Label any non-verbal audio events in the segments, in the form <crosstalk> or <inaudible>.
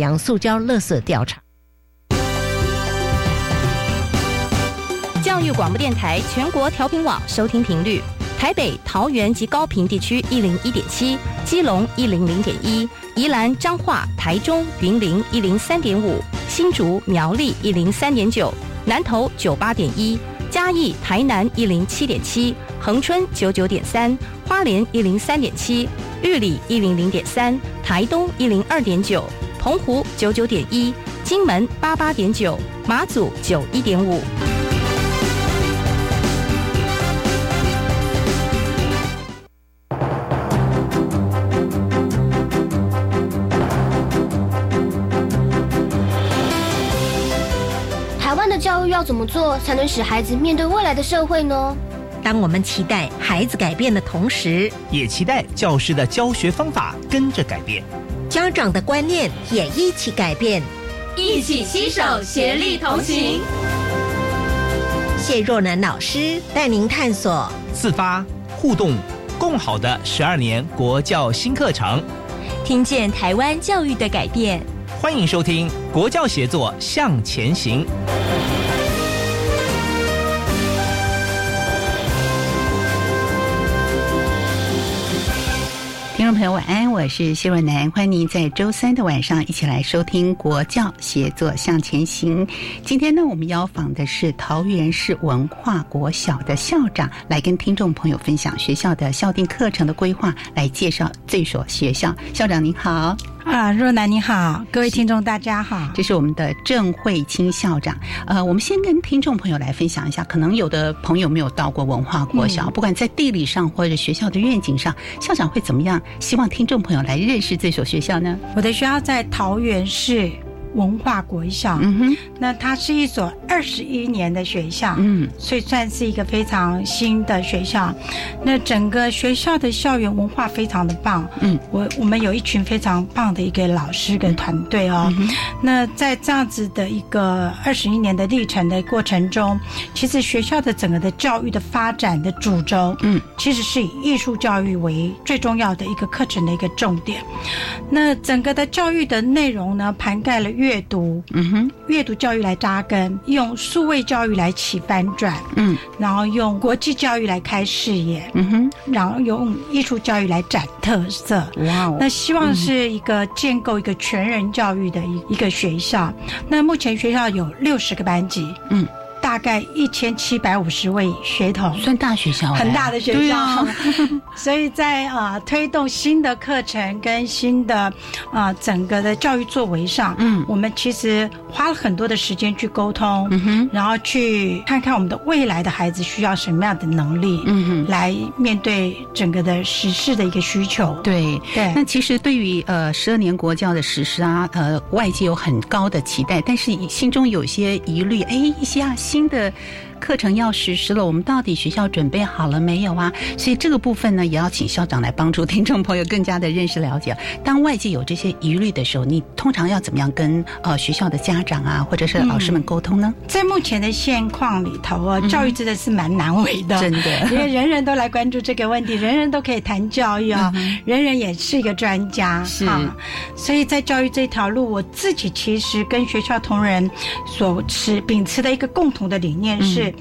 洋塑胶垃圾调查。教育广播电台全国调频网收听频率：台北、桃园及高屏地区一零一点七，基隆一零零点一，宜兰、彰化、台中、云林一零三点五，新竹、苗栗一零三点九，南投九八点一，嘉义、台南一零七点七，恒春九九点三，花莲一零三点七，玉里一零零点三，台东一零二点九，澎湖九九点一，金门八八点九，马祖九一点五。台湾的教育要怎么做才能使孩子面对未来的社会呢？当我们期待孩子改变的同时，也期待教师的教学方法跟着改变。家长的观念也一起改变。一起携手，协力同行。谢若楠老师带您探索自发、互动、共好的十二年国教新课程，听见台湾教育的改变。欢迎收听《国教协作向前行》。听众朋友，晚安，我是谢若楠，欢迎您在周三的晚上一起来收听国教协作向前行。今天呢，我们邀访的是桃园市文化国小的校长，来跟听众朋友分享学校的校定课程的规划，来介绍这所学校。校长您好，啊，若楠你好，各位听众大家好。这是我们的郑慧清校长。呃，我们先跟听众朋友来分享一下，可能有的朋友没有到过文化国小，不管在地理上或者学校的愿景上，校长会怎么样？希望听众朋友来认识这所学校呢？我的学校在桃园市文化国小，嗯哼，那它是一所二十一年的学校，嗯所以算是一个非常新的学校。那整个学校的校园文化非常的棒，嗯，我我们有一群非常棒的一个老师跟团队哦。嗯哼那在这样子的一个二十一年的历程的过程中，其实学校的整个的教育的发展的主轴，嗯，其实是以艺术教育为最重要的一个课程的一个重点。那整个的教育的内容呢，涵盖了阅读，嗯哼，阅读教育来扎根，用数位教育来起翻转，嗯然后用国际教育来开视野，嗯哼，然后用艺术教育来展特色。哇哦那希望是一个建构一个全人教育的一一个学校。那目前学校有六十个班级，嗯，大概一千七百五十位学童，算大学校哎，很大的学对校。啊所以在啊、呃推动新的课程跟新的啊、呃整个的教育作为上，嗯我们其实花了很多的时间去沟通，嗯哼，然后去看看我们的未来的孩子需要什么样的能力，嗯哼。来面对整个的时事的一个需求。对，对那其实对于呃十二年国教的实施啊，呃外界有很高的期待，但是心中有些疑虑，哎，一些啊新的课程要实施了，我们到底学校准备好了没有啊？所以这个部分呢，也要请校长来帮助听众朋友更加的认识了解。当外界有这些疑虑的时候，你通常要怎么样跟呃学校的家长啊，或者是老师们沟通呢？在目前的现况里头哦，教育真的是蛮难为的。嗯真的， <laughs> 因为人人都来关注这个问题，人人都可以谈教育啊、人人也是一个专家，嗯是啊所以在教育这条路，我自己其实跟学校同仁所持秉持的一个共同的理念是，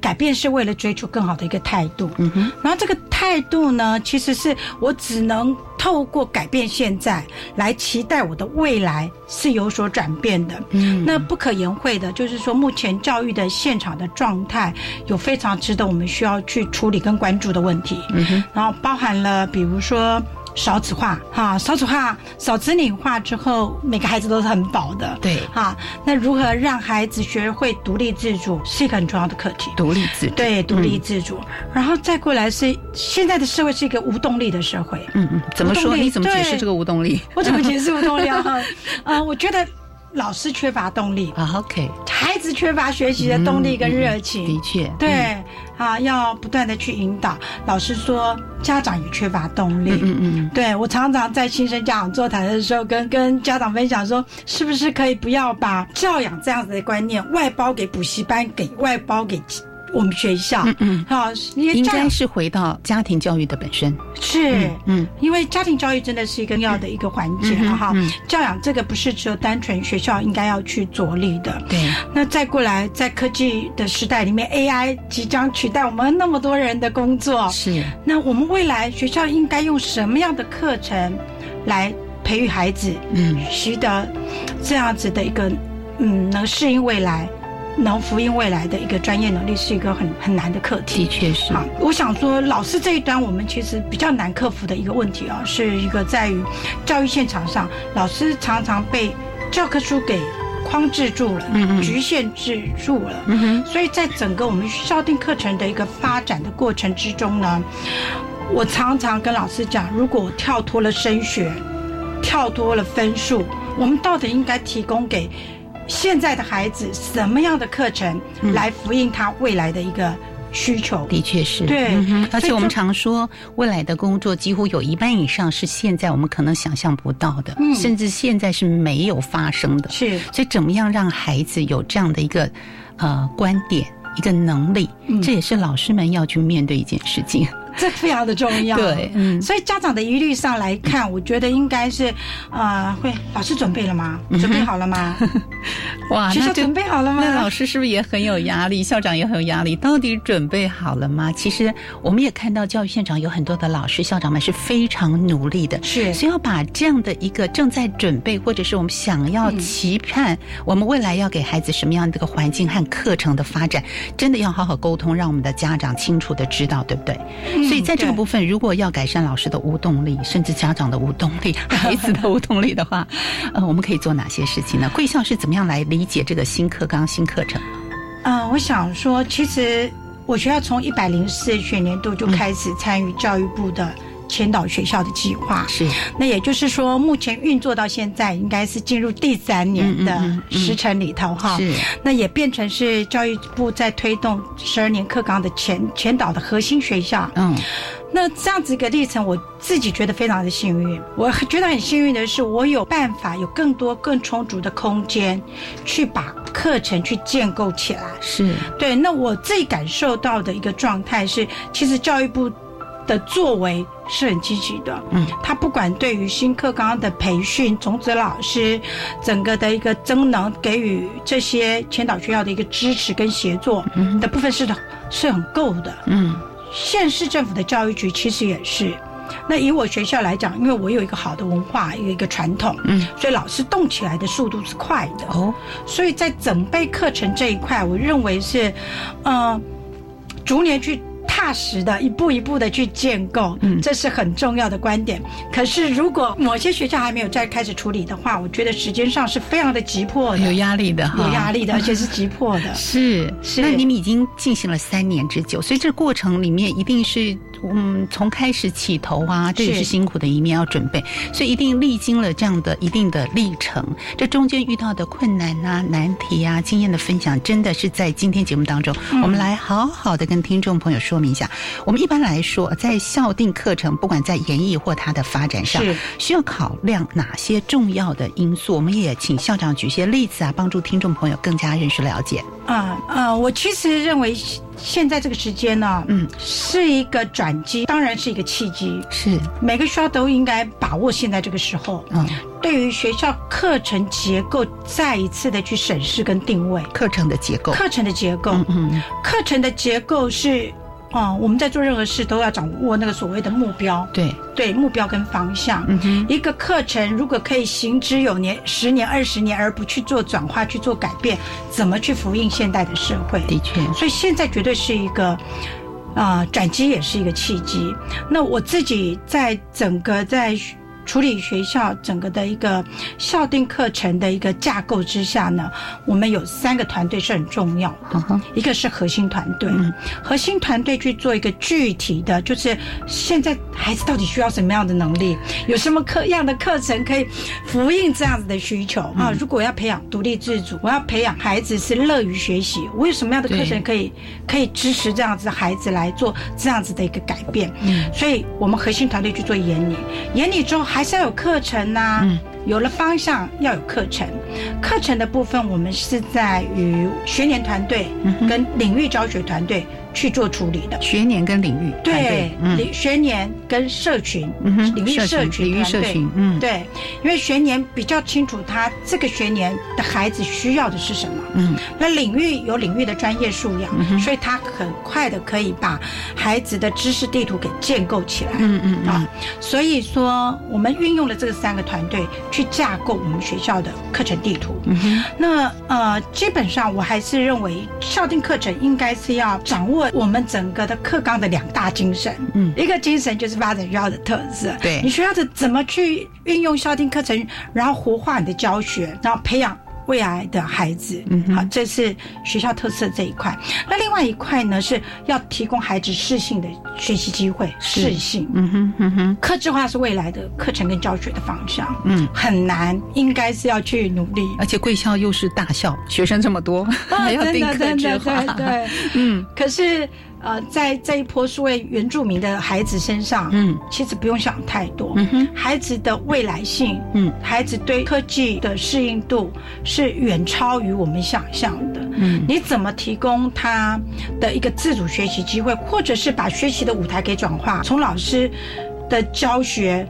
改变是为了追求更好的一个态度。嗯哼，然后这个态度呢，其实是我只能透过改变现在，来期待我的未来是有所转变的。嗯那不可言讳的，就是说目前教育的现场的状态有非常值得我们需要去处理跟关注的问题，嗯哼，然后包含了比如说。少子化，哈、少子化、少子女化之后，每个孩子都是很饱的，对，哈、那如何让孩子学会独立自主，是一个很重要的课题。独立嗯自主，对，独立自主，然后再过来是现在的社会是一个无动力的社会，嗯嗯，怎么无说？动力你怎么解释对这个无动力？我怎么解释无动力啊？哈呃，我觉得老师缺乏动力，啊，OK，孩子缺乏学习的动力跟热情。嗯的确，对、啊，要不断的去引导。老师说，家长也缺乏动力。嗯嗯嗯。对我常常在新生家长座谈的时候，跟跟家长分享说，是不是可以不要把教养这样子的观念外包给补习班，给外包给我们学校，嗯嗯，好、因为应这该样是回到家庭教育的本身。是。嗯因为家庭教育真的是一个重要的一个环节了哈，嗯嗯嗯教养这个不是只有单纯学校应该要去着力的。对，那再过来，在科技的时代里面，AI 即将取代我们那么多人的工作，是那我们未来学校应该用什么样的课程来培育孩子，嗯习得这样子的一个嗯，能适应未来、能福音未来的一个专业能力，是一个很很难的课题的。确是好，我想说，老师这一端我们其实比较难克服的一个问题啊，是一个在于教育现场上，老师常常被教科书给框制住了，嗯嗯局限制住了。嗯哼，所以在整个我们校定课程的一个发展的过程之中呢，我常常跟老师讲，如果跳脱了升学，跳脱了分数，我们到底应该提供给现在的孩子什么样的课程嗯来复应他未来的一个需求？的确是。对嗯哼而所以且就我们常说，未来的工作几乎有一半以上是现在我们可能想象不到的，嗯甚至现在是没有发生的。是所以，怎么样让孩子有这样的一个呃观点？一个能力，嗯这也是老师们要去面对一件事情。这非常的重要。对，嗯，所以家长的疑虑上来看，我觉得应该是，呃，会老师准备了吗？嗯哼准备好了 <laughs> 吗？哇，学那校就准备好了吗？那老师是不是也很有压力？校长也很有压力，到底准备好了吗？其实我们也看到教育现场有很多的老师、校长们是非常努力的，是所以要把这样的一个正在准备，或者是我们想要嗯期盼，我们未来要给孩子什么样的一个环境和课程的发展，真的要好好沟通，让我们的家长清楚的知道，对不对？所以在这个对部分，如果要改善老师的无动力，甚至家长的无动 <laughs> 力、孩子的无动力的话，呃，我们可以做哪些事情呢？贵校是怎么样来理解这个新课纲、新课程？嗯，我想说，其实呃我学校从一百零四学年度就开始参与教育部的前导学校的计划，是那也就是说，目前运作到现在应该是进入第三年的嗯嗯嗯嗯时程里头哈。是，那也变成是教育部在推动十二年课纲的前前导的核心学校。嗯，那这样子一个历程，我自己觉得非常的幸运。我觉得很幸运的是，我有办法有更多、更充足的空间，去把课程去建构起来。是，对，那我自己感受到的一个状态是，其实教育部的作为是很积极的。嗯，他不管对于新课纲的培训、种子老师整个的一个增能，给予这些前导学校的一个支持跟协作嗯的部分是的，是很够的。嗯，县市政府的教育局其实也是。那以我学校来讲，因为我有一个好的文化，有一个传统，嗯，所以老师动起来的速度是快的。哦，所以在整备课程这一块，我认为是，呃，逐年去踏实的，一步一步的去建构，嗯这是很重要的观点。可是如果某些学校还没有再开始处理的话，我觉得时间上是非常的急迫的，有压力的哈，。有压力的，而且是急迫的是是那你们已经进行了三年之久，所以这过程里面一定是，嗯，从开始起头啊，这也是是辛苦的一面要准备，所以一定历经了这样的一定的历程。这中间遇到的困难啊、难题啊、经验的分享，真的是在今天节目当中，嗯我们来好好的跟听众朋友说明一下。我们一般来说，在校定课程，不管在演绎或它的发展上是，需要考量哪些重要的因素？我们也请校长举一些例子啊，帮助听众朋友更加认识了解。啊、呃，我其实认为现在这个时间呢、嗯，是一个转机，当然是一个契机。是，每个学校都应该把握现在这个时候，嗯，对于学校课程结构再一次的去审视跟定位。课程的结构，课程的结构，嗯嗯，课程的结构是，哦、我们在做任何事都要掌握那个所谓的目标，对，对目标跟方向。嗯哼，一个课程如果可以行之有年、十年、二十年，而不去做转化、去做改变，怎么去复应现代的社会？的确，所以现在绝对是一个。啊、转机也是一个契机。那我自己在整个在处理学校整个的一个校定课程的一个架构之下呢，我们有三个团队是很重要的，嗯哼，一个是核心团队，嗯核心团队去做一个具体的，就是现在孩子到底需要什么样的能力，有什么课样的课程可以复应这样子的需求、嗯啊？如果我要培养独立自主，我要培养孩子是乐于学习，我有什么样的课程可以可以支持这样子的孩子来做这样子的一个改变？嗯所以我们核心团队去做研拟，研拟之后还是要有课程呐、嗯有了方向，要有课程。课程的部分，我们是在于学年团队嗯跟领域教学团队去做处理的。学年跟领域团对队，嗯领学年跟社群嗯哼，领域社群领域团队社群，嗯，对，因为学年比较清楚他这个学年的孩子需要的是什么。嗯，那领域有领域的专业素养，嗯哼所以他很快的可以把孩子的知识地图给建构起来。嗯嗯嗯啊，所以说我们运用了这三个团队去架构我们学校的课程地图。嗯哼，那呃，基本上我还是认为校定课程应该是要掌握我们整个的课纲的两大精神。嗯一个精神就是发展学校的特色，对你学校的怎么去运用校定课程，然后活化你的教学，然后培养。未来的孩子，嗯哼好，这是学校特色这一块。那另外一块呢，是要提供孩子适性的学习机会，适性。嗯哼，嗯哼，客制化是未来的课程跟教学的方向，嗯。很难，应该是要去努力。而且贵校又是大校，学生这么多， <laughs> 还要定课真制的化真的，对对。嗯可是呃，在这一波数位原住民的孩子身上，嗯其实不用想太多，嗯哼，孩子的未来性，嗯孩子对科技的适应度是远超于我们想象的。嗯你怎么提供他的一个自主学习机会，或者是把学习的舞台给转化，从老师的教学，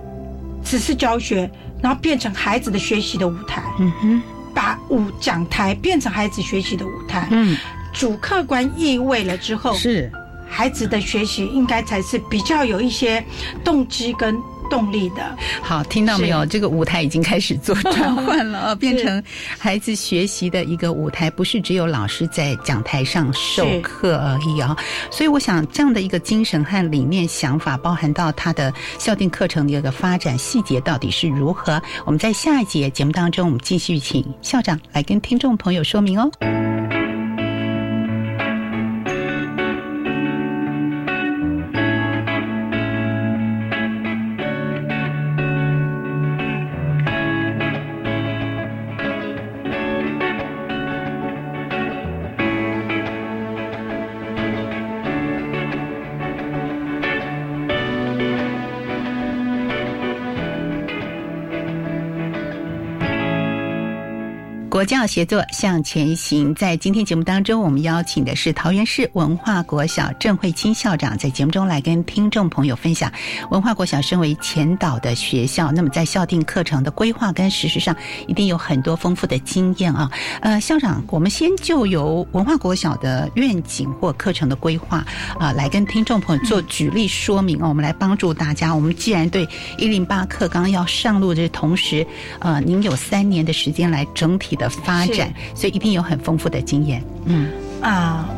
只是教学，然后变成孩子的学习的舞台，嗯哼，把舞讲台变成孩子学习的舞台。嗯主客观意味了之后，是，孩子的学习应该才是比较有一些动机跟动力的。好，听到没有？这个舞台已经开始做转换了，啊，变成孩子学习的一个舞台，不是只有老师在讲台上授课而已啊、所以我想，这样的一个精神和理念想法，包含到他的校定课程的一个发展细节到底是如何，我们在下一节节目当中，我们继续请校长来跟听众朋友说明哦。国教协作向前行，在今天节目当中，我们邀请的是桃园市文化国小郑慧清校长，在节目中来跟听众朋友分享，文化国小身为前导的学校，那么在校定课程的规划跟实施上，一定有很多丰富的经验啊。呃，校长，我们先就由文化国小的愿景或课程的规划啊、来跟听众朋友做举例说明哦，我们来帮助大家。我们既然对一零八课纲要上路的同时，呃，您有三年的时间来整体的发展，所以一定有很丰富的经验。嗯啊、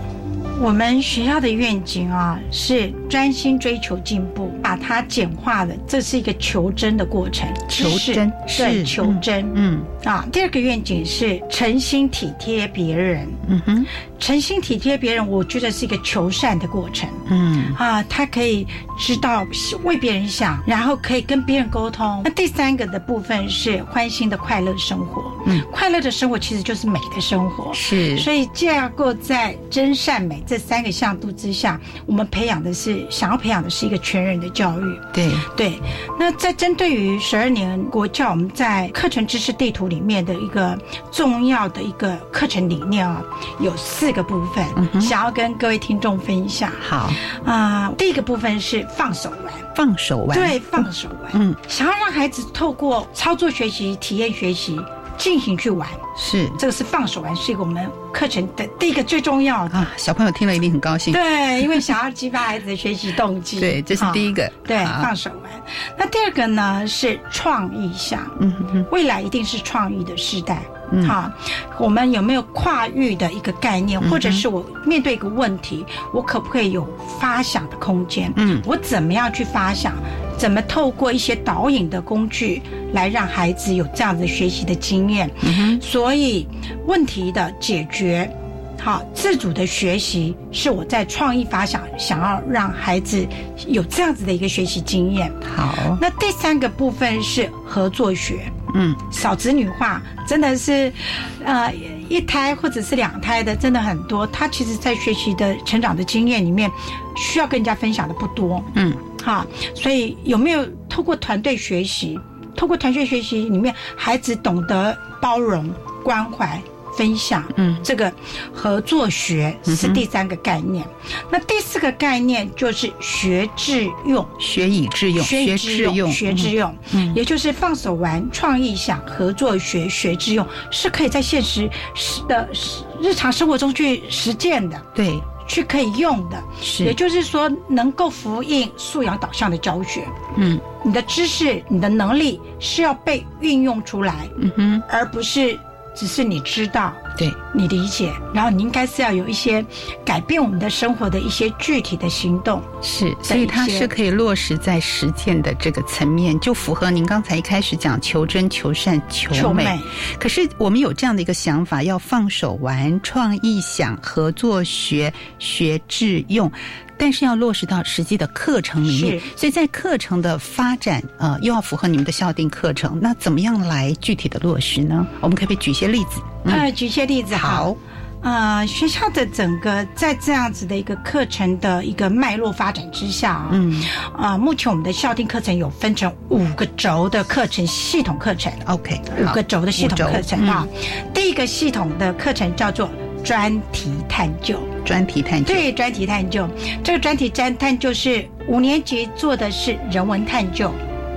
我们学校的愿景啊是专心追求进步，把它简化了，这是一个求真的过程。求知识真是对求嗯真、嗯啊。第二个愿景是诚心体贴别人，嗯哼诚心体贴别人，我觉得是一个求善的过程。嗯啊，他可以知道为别人想，然后可以跟别人沟通。那第三个的部分是欢欣的快乐生活，嗯，快乐的生活其实就是美的生活。是所以架构在真善美这三个向度之下，我们培养的是想要培养的是一个全人的教育。对对，那在针对于十二年国教，我们在课程知识地图里面的一个重要的一个课程理念啊，有四个部分，嗯哼想要跟各位听众分享。好啊、第一个部分是放手玩，放手玩对，放手玩，嗯想要让孩子透过操作学习、体验学习。进行去玩，是这个是放手玩，是一个我们课程的第一个最重要的。啊，小朋友听了一定很高兴。对，因为想要激发孩子的学习动 <laughs> 机。对，这是第一、一个。对，好放手玩。那第二个呢是创意项，嗯哼哼未来一定是创意的时代。嗯好，我们有没有跨域的一个概念，或者是我面对一个问题，我可不可以有发想的空间？嗯我怎么样去发想？怎么透过一些导引的工具来让孩子有这样子学习的经验？嗯哼所以问题的解决，好自主的学习是我在创意发想想要让孩子有这样子的一个学习经验。好那第三个部分是合作学，嗯少子女化真的是，呃，一胎或者是两胎的真的很多。他其实在学习的成长的经验里面，需要跟人家分享的不多，嗯哈。所以有没有透过团队学习，透过团学学习里面，孩子懂得包容、关怀、分享，嗯这个合作学是第三个概念。那第四个概念就是学致用。学以致用，学以致用，学致嗯用，也就是放手玩、创意想、合作学、学致用，是可以在现实实的实日常生活中去实践的，对，去可以用的。也是，就是说，能够服应素养导向的教学，嗯你的知识、你的能力是要被运用出来，嗯哼，而不是只是你知道、对，你理解，然后你应该是要有一些改变我们的生活的一些具体的行动。是，所以它是可以落实在实践的这个层面，就符合您刚才一开始讲求真、求善、求求美。美可是我们有这样的一个想法，要放手玩、创意想、合作学、学致用。但是要落实到实际的课程里面是，所以在课程的发展，呃，又要符合你们的校定课程。那怎么样来具体的落实呢？我们可不可以举一些例子？嗯，呃，举一些例子哈好。呃，学校的整个在这样子的一个课程的一个脉络发展之下啊，嗯啊、目前我们的校定课程有分成五个轴的课程系统课程，哦，OK，五好个轴的系统课五程轴嗯啊。第一个系统的课程叫做专题探究，专题探究，对，专题探究。这个专题探探究是五年级做的是人文探究，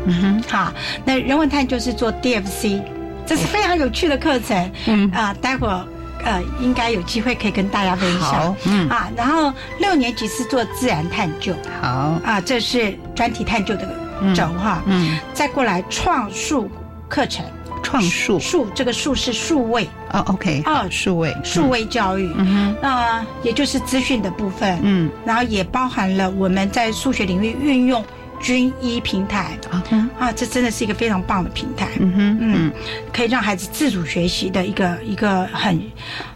嗯哼，好，那人文探究是做 DFC，这是非常有趣的课程。嗯啊、待会儿呃应该有机会可以跟大家分享好。，嗯，啊，然后六年级是做自然探究，好，啊，这是专题探究的嗯轴哈。嗯，再过来创数课程，创数数这个数是数位，哦，OK，啊数位，数位教育。嗯哼，那、也就是资讯的部分，嗯然后也包含了我们在数学领域运用军医平台啊哼，啊，这真的是一个非常棒的平台。嗯哼，嗯嗯，可以让孩子自主学习的一个一个很，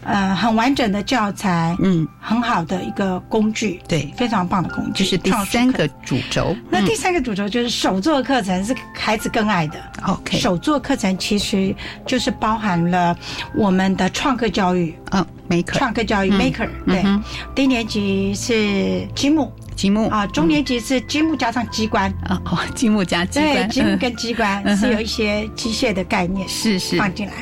呃，很完整的教材，嗯，很好的一个工具，对非常棒的工具。这是第创新三课个。主轴。那第嗯三个主轴就是手作课程是孩子更爱的。嗯 OK，手作课程其实就是包含了我们的创客教育，嗯，Maker 创客教育嗯 maker 对嗯，低年级是积木积木啊，中年级是积木加上机关，啊哦，积木加机对，关，积木嗯跟啊机关嗯哼是有一些机械的概念是是放进来。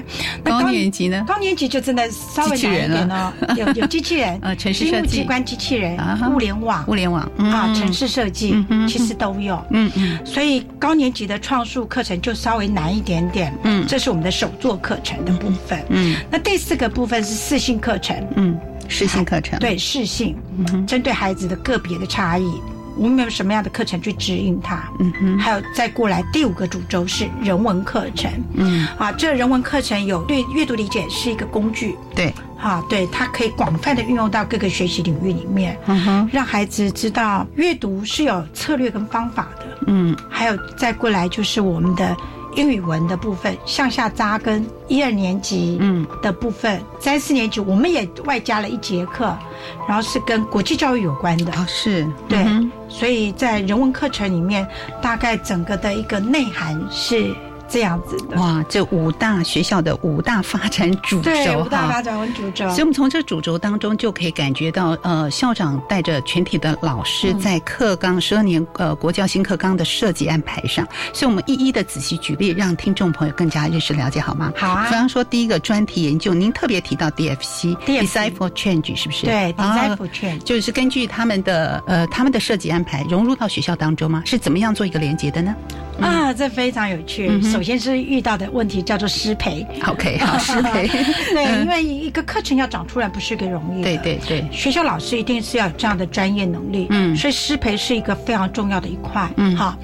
那高年级呢？，高年级就真的稍微难一点哦，有有机器人啊 <laughs> 呃城市设计积木机关机器人啊哈，物联网物联网啊，嗯城市设计嗯哼其实都有。嗯嗯所以高年级的创数课程就稍微难一点点，嗯这是我们的手作课程的部分。嗯那第四个部分是适性课程，嗯，实行课程，对适性，嗯哼，针对孩子的个别的差异，我们有什么样的课程去指引他？嗯哼，还有再过来第五个主轴是人文课程，嗯啊，这人文课程有对阅读理解是一个工具，对，啊，对，它可以广泛的运用到各个学习领域里面，嗯哼，让孩子知道阅读是有策略跟方法的。嗯还有再过来就是我们的英语文的部分，向下扎根一二年级嗯的部分，三四年级我们也外加了一节课，然后是跟国际教育有关的，哦是，对嗯哼所以在人文课程里面，大概整个的一个内涵是这样子的。哇，这五大学校的五大发展主对，轴五大哈发。展文主轴所以，我们从这主轴当中就可以感觉到，呃，校长带着全体的老师嗯在课纲十二年呃国教新课纲的设计安排上，所以我们一一的仔细举例，让听众朋友更加认识了解，好吗？好啊比方说，第一个专题研究，您特别提到 DFC DFC Design for Change 是不是？对啊 design for change 就是根据他们的呃他们的设计安排融入到学校当中吗？是怎么样做一个连接的呢啊，这非常有趣。嗯嗯哼首先是遇到的问题叫做失培， ？OK，好，师培， <laughs> 对，因为一个课程要长出来不是个容易嗯的。对对对，学校老师一定是要有这样的专业能力，嗯所以师培是一个非常重要的一块，嗯好，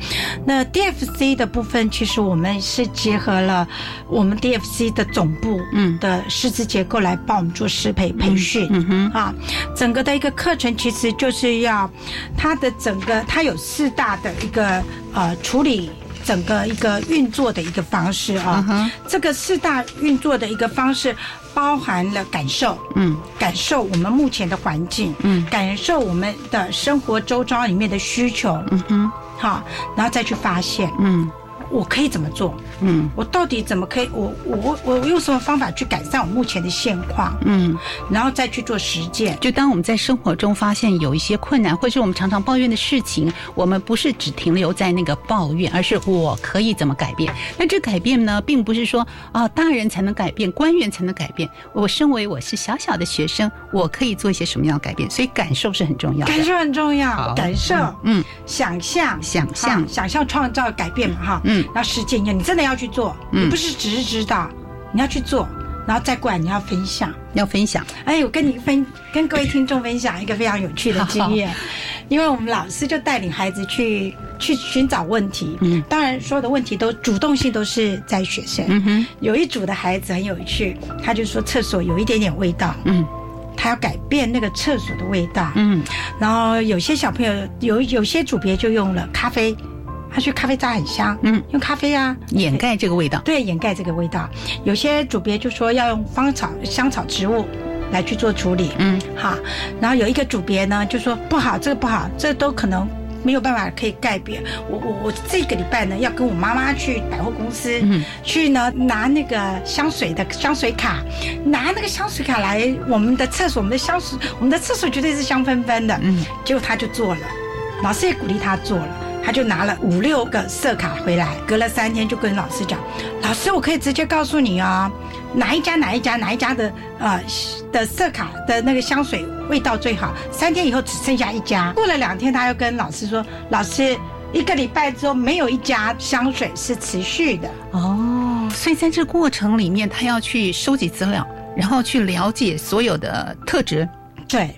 那 DFC 的部分，其实我们是结合了我们 DFC 的总部，嗯的师资结构来帮我们做师培培训，嗯哼，啊，整个的一个课程其实就是要它的整个，它有四大的一个呃处理整个一个运作的一个方式嗯啊。哼，这个四大运作的一个方式包含了感受，嗯感受我们目前的环境，嗯感受我们的生活周遭里面的需求，嗯哼，哈，然后再去发现。嗯我可以怎么做？嗯我到底怎么可以？我我我我用什么方法去改善我目前的现况？嗯，然后再去做实践。就当我们在生活中发现有一些困难，或是我们常常抱怨的事情，我们不是只停留在那个抱怨，而是我可以怎么改变。那这改变呢，并不是说啊、大人才能改变，官员才能改变。我身为我是小小的学生，我可以做一些什么样的改变？所以感受是很重要的。感受很重要好，感受，嗯，想象，想象哈想象创造改变嘛，哈，嗯然后实践一下，你真的要去做，嗯你不是只是知道，你要去做，然后再过来你要分享。要分享，哎，我跟你分，跟各位听众分享一个非常有趣的经验，因为我们老师就带领孩子去去寻找问题，嗯当然所有的问题都主动性都是在学生。嗯哼，有一组的孩子很有趣，他就说厕所有一点点味道，嗯他要改变那个厕所的味道，嗯然后有些小朋友有有些组别就用了咖啡，他觉得咖啡渣很香，嗯，用咖啡啊掩盖这个味道，对掩盖这个味道。有些组别就说要用芳草香草植物来去做处理，嗯哈。然后有一个组别呢就说不好，这个不好，这都可能。没有办法可以改变，我我我这个礼拜呢要跟我妈妈去百货公司，嗯去呢拿那个香水的香水卡，拿那个香水卡来我们的厕所，我们的香水，我们的厕所绝对是香喷喷的，嗯结果他就做了，老师也鼓励他做了，他就拿了五六个色卡回来，隔了三天就跟老师讲，老师我可以直接告诉你啊、哪一家哪一家哪一家的呃的色卡的那个香水味道最好，三天以后只剩下一家。过了两天，他又跟老师说，老师一个礼拜之后没有一家香水是持续的。哦，所以在这过程里面，他要去收集资料，然后去了解所有的特质，对，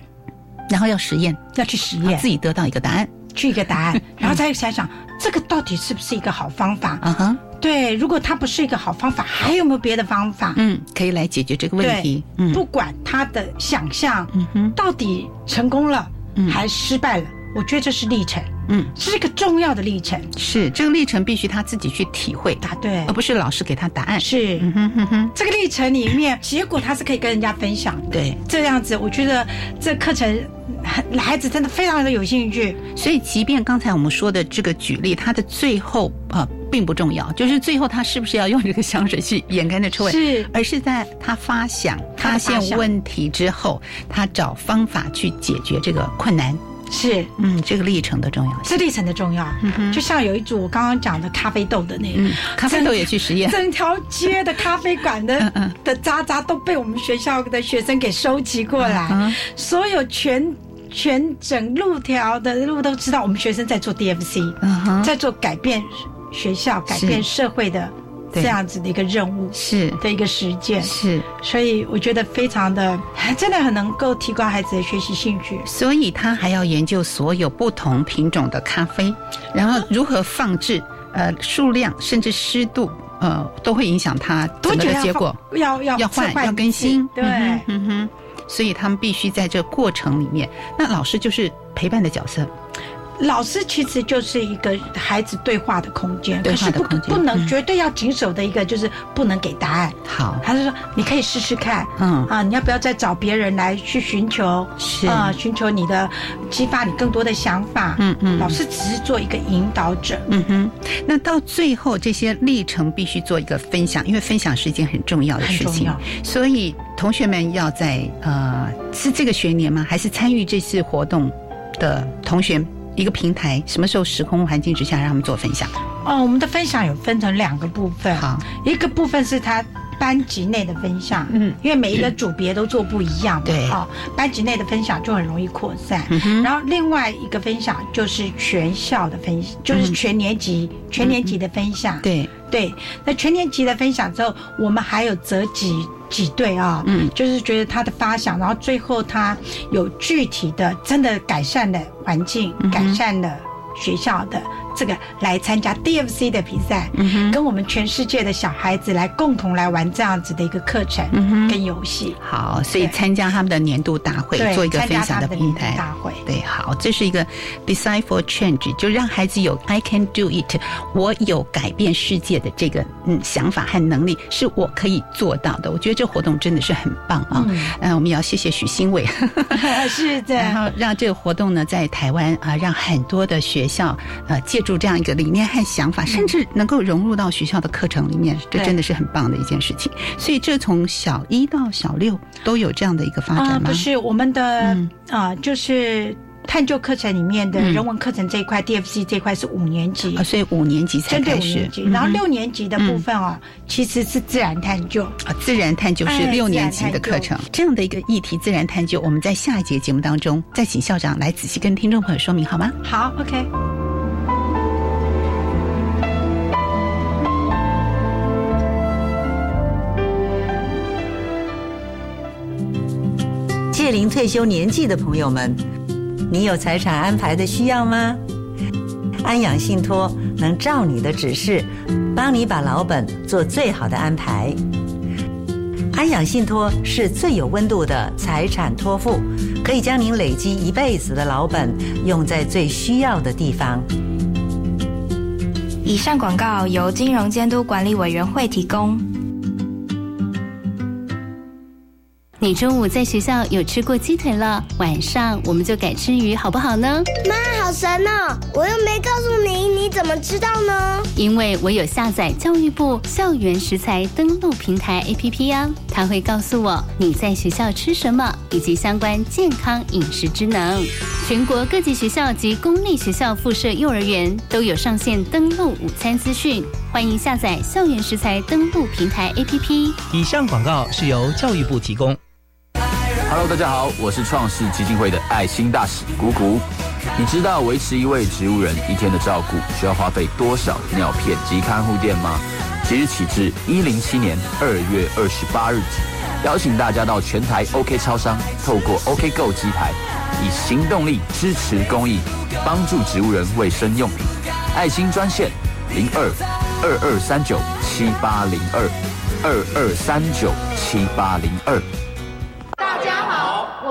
然后要实验，要去实然验后自，己得到一个答案。去一个答案，然后再想想这个到底是不是一个好方法。啊哈，对，如果它不是一个好方法，还有没有别的方法？嗯，可以来解决这个问题。嗯，不，管他的想象嗯哼，到底成功了嗯还失败了，我觉得这是历程，嗯，是一个重要的历程。是这个历程必须他自己去体会，答对而，哦不是老师给他答案。是嗯哼哼哼，这个历程里面，结果他是可以跟人家分享的。对。这样子，我觉得这课程孩孩子真的非常的有兴趣。所以，即便刚才我们说的这个举例，它的最后啊、呃并不重要，就是最后他是不是要用这个香水去掩盖那臭味，是而是在他发想、他发的发现想问题之后，他找方法去解决这个困难。是，嗯，这个历程的重要性。这历程的重要。就像有一组我刚刚讲的咖啡豆的那个，嗯，咖啡豆也去实验。整条街的咖啡馆的嗯嗯的渣渣都被我们学校的学生给收集过来嗯，所有全全整路条的路都知道我们学生在做 DFC，嗯哼，在做改变学校、改是变社会的对这样子的一个任务是的一个实践，是。所以我觉得非常的，真的很能够提高孩子的学习兴趣。所以他还要研究所有不同品种的咖啡，然后如何放置，呃，数量甚至湿度，呃，都会影响它整个久的要结果。放要要要换置换要更一次新，对，嗯哼嗯哼，所以他们必须在这过程里面，那老师就是陪伴的角色，老师其实就是一个孩子对话的空间，对可话是的不空间不能嗯绝对要谨守的一个就是不能给答案。好，他就说你可以试试看嗯，啊，你要不要再找别人来去寻求是啊，寻求你的激发你更多的想法。嗯嗯老师只是做一个引导者。嗯哼，那到最后这些历程必须做一个分享，因为分享是一件很重要的事很重情要，所以同学们要在呃是这个学年吗？还是参与这次活动的同学一个平台？什么时候时空环境之下让他们做分 <laughs> 享？哦，我们的分享有分成两个部分，好，一个部分是他班级内的分享，嗯因为每一个组别都做不一样嘛，对哦，班级内的分享就很容易扩散。嗯哼，然后另外一个分享就是全校的分，就是全年级、全年级的分享。嗯对，对，那全年级的分享之后，我们还有择几几对啊、嗯就是觉得他的发想，然后最后他有具体的，真的改善了环境，嗯哼改善了学校的这个来参加 DFC 的比赛，嗯哼，跟我们全世界的小孩子来共同来玩这样子的一个课程、嗯哼，跟游戏，好，所以对参加他们的年度大会，对，做一个参分加享他的们的平年台度。大会。 <laughs> 对，好，这是一个 decide for change，就让孩子有 I can do it，我有改变世界的这个嗯想法和能力，是我可以做到的。我觉得这活动真的是很棒啊！嗯、我们也要谢谢许新 <laughs> 伟，是的，然后让这个活动呢在台湾啊、让很多的学校呃借助这样一个理念和想嗯法，甚至能够融入到学校的课程里面，这对真的是很棒的一件事情。所以这从小一到小六都有这样的一个发啊、展吗？不是我们的啊、嗯就是探究课程里面的嗯人文课程这一块、DFC 这一块是五年级啊，。所以五年级才针对开五始年，级，然后嗯六年级的部分哦，其实是自然探究。啊，自然探究是哎六年级的课程，这样的一个议题，自然探究，我们在下一节节目当中再请校长来仔细跟听众朋友说明好吗？好，OK。届龄退休年纪的朋友们，你有财产安排的需要吗？安养信托能照你的指示，帮你把老本做最好的安排。安养信托是最有温度的财产托付，可以将您累积一辈子的老本用在最需要的地方。以上广告由金融监督管理委员会提供。你中午在学校有吃过鸡腿了，晚上我们就改吃鱼好不好呢？好神哦！我又没告诉你，你怎么知道呢？因为我有下载教育部校园食材登录平台 APP 呀、啊它会告诉我你在学校吃什么，以及相关健康饮食职能。全国各级学校及公立学校附设幼儿园都有上线登录午餐资讯，欢迎下载校园食材登录平台 APP。以上广告是由教育部提供。 Hello，大家好，我是创世基金会的爱心大使谷谷。你知道维持一位植物人一天的照顾需要花费多少尿片及看护垫吗？即日起至一零七年二月二十八日止，邀请大家到全台 OK 超商，透过 OK Go 机台，以行动力支持公益，帮助植物人卫生用品。爱心专线零二二二三九七八零二二二三九七八零二。大家好，我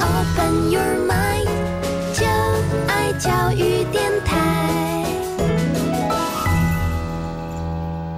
Open your mind，就爱教育电台。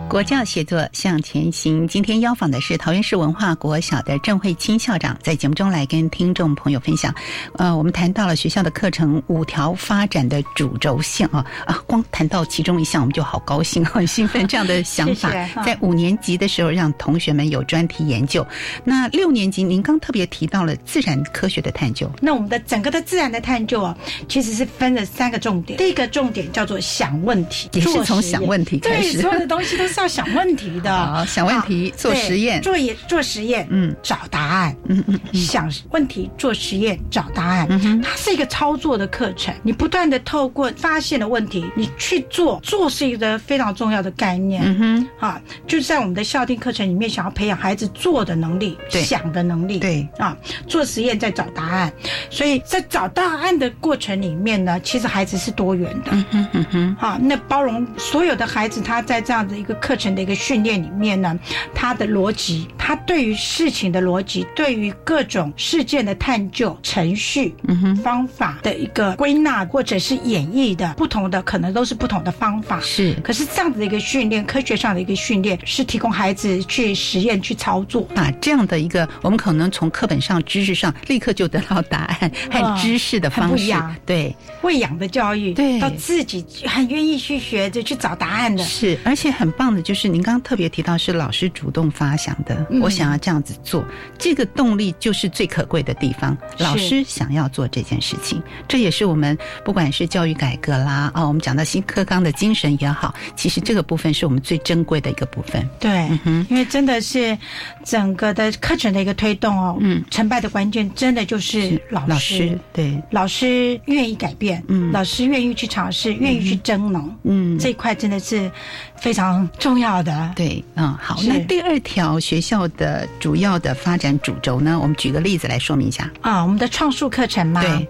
国教写作向前行。今天邀访的是桃园市文化国小的郑慧清校长，在节目中来跟听众朋友分享。呃，我们谈到了学校的课程五条发展的主轴线啊啊，光谈到其中一项，我们就好高兴、很兴奋。这样的想法， <laughs> 谢谢在五年级的时候让同学们有专题研究。那六年级，您刚特别提到了自然科学的探究，那我们的整个的自然的探究啊，其实是分了三个重点。第一个重点叫做想问题，也是做实从验想问题开对，始所。有的东西都是要想问题 <laughs> 的。好，想问题，做啊对实验。做也做实验，嗯找答案，嗯嗯想问题，做实验，找答案。它是一个操作的课程，你不断的透过发现的问题，你去做，做是一个非常重要的概念。嗯哼，啊，就是在我们的校定课程里面，想要培养孩子做的能力、对想的能力，对啊，做实验再找答案。所以在找答案的过程里面呢，其实孩子是多元的，嗯哼嗯哼，啊，那包容所有的孩子，他在这样的一个课程的一个训练里面呢，他的逻辑，他对于事情的逻辑，对于各种事件的探究、程序、嗯哼，方法的一个归纳或者是演绎的不同的，可能都是不同的方法。是。可是这样子的一个训练，科学上的一个训练，是提供孩子去实验、去操作。把啊这样的一个，我们可能从课本上、知识上立刻就得到答案，嗯和知识的很方不一式样，对，喂养的教育，对到自己很愿意去学着去找答案的。是，而且很棒的就是您刚刚特别提到是老师主动发想的，嗯我想要这样子做，这个动力就是最可贵的地方。是老师想要做这件事情，这也是我们不管是教育改革啦，啊、我们讲到新课纲的精神也好，其实这个部分是我们最珍贵的一个部分。对，嗯哼因为真的是整个的课程的一个推动哦，嗯，成败的关键真的就是老师。老师对，老师愿意改变，嗯老师愿意去尝试，愿意去争能，嗯这一块真的是非常重要的。对，嗯，好。那第二条学校的主要的发展主轴呢？我们举个例子来说明一下。啊，我们的创术课程嘛，对，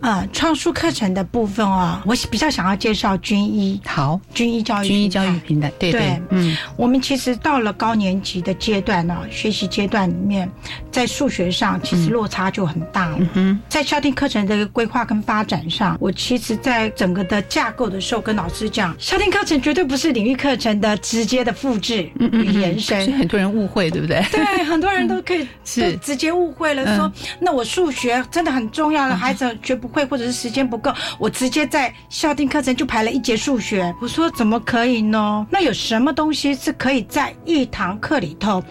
啊，创术课程的部分啊，我比较想要介绍军医。好，军医教育，军医教育平台，对对，嗯，我们其实到了高年级的阶段呢、啊，学习阶段里面，在数学上其嗯实落差就很大了。嗯、在校定课程的规划跟发展上，我其实，在整个的架构的时候，跟老师讲，校定课程绝对不是领域课程的直接的复制嗯与延伸，所以很多人误会，对不对？ <laughs> 对，哎很多人都可以是直接误会了，说那我数学真的很重要了，孩子学不会或者是时间不够，我直接在校定课程就排了一节数学。我说怎么可以呢？那有什么东西是可以在一堂课里头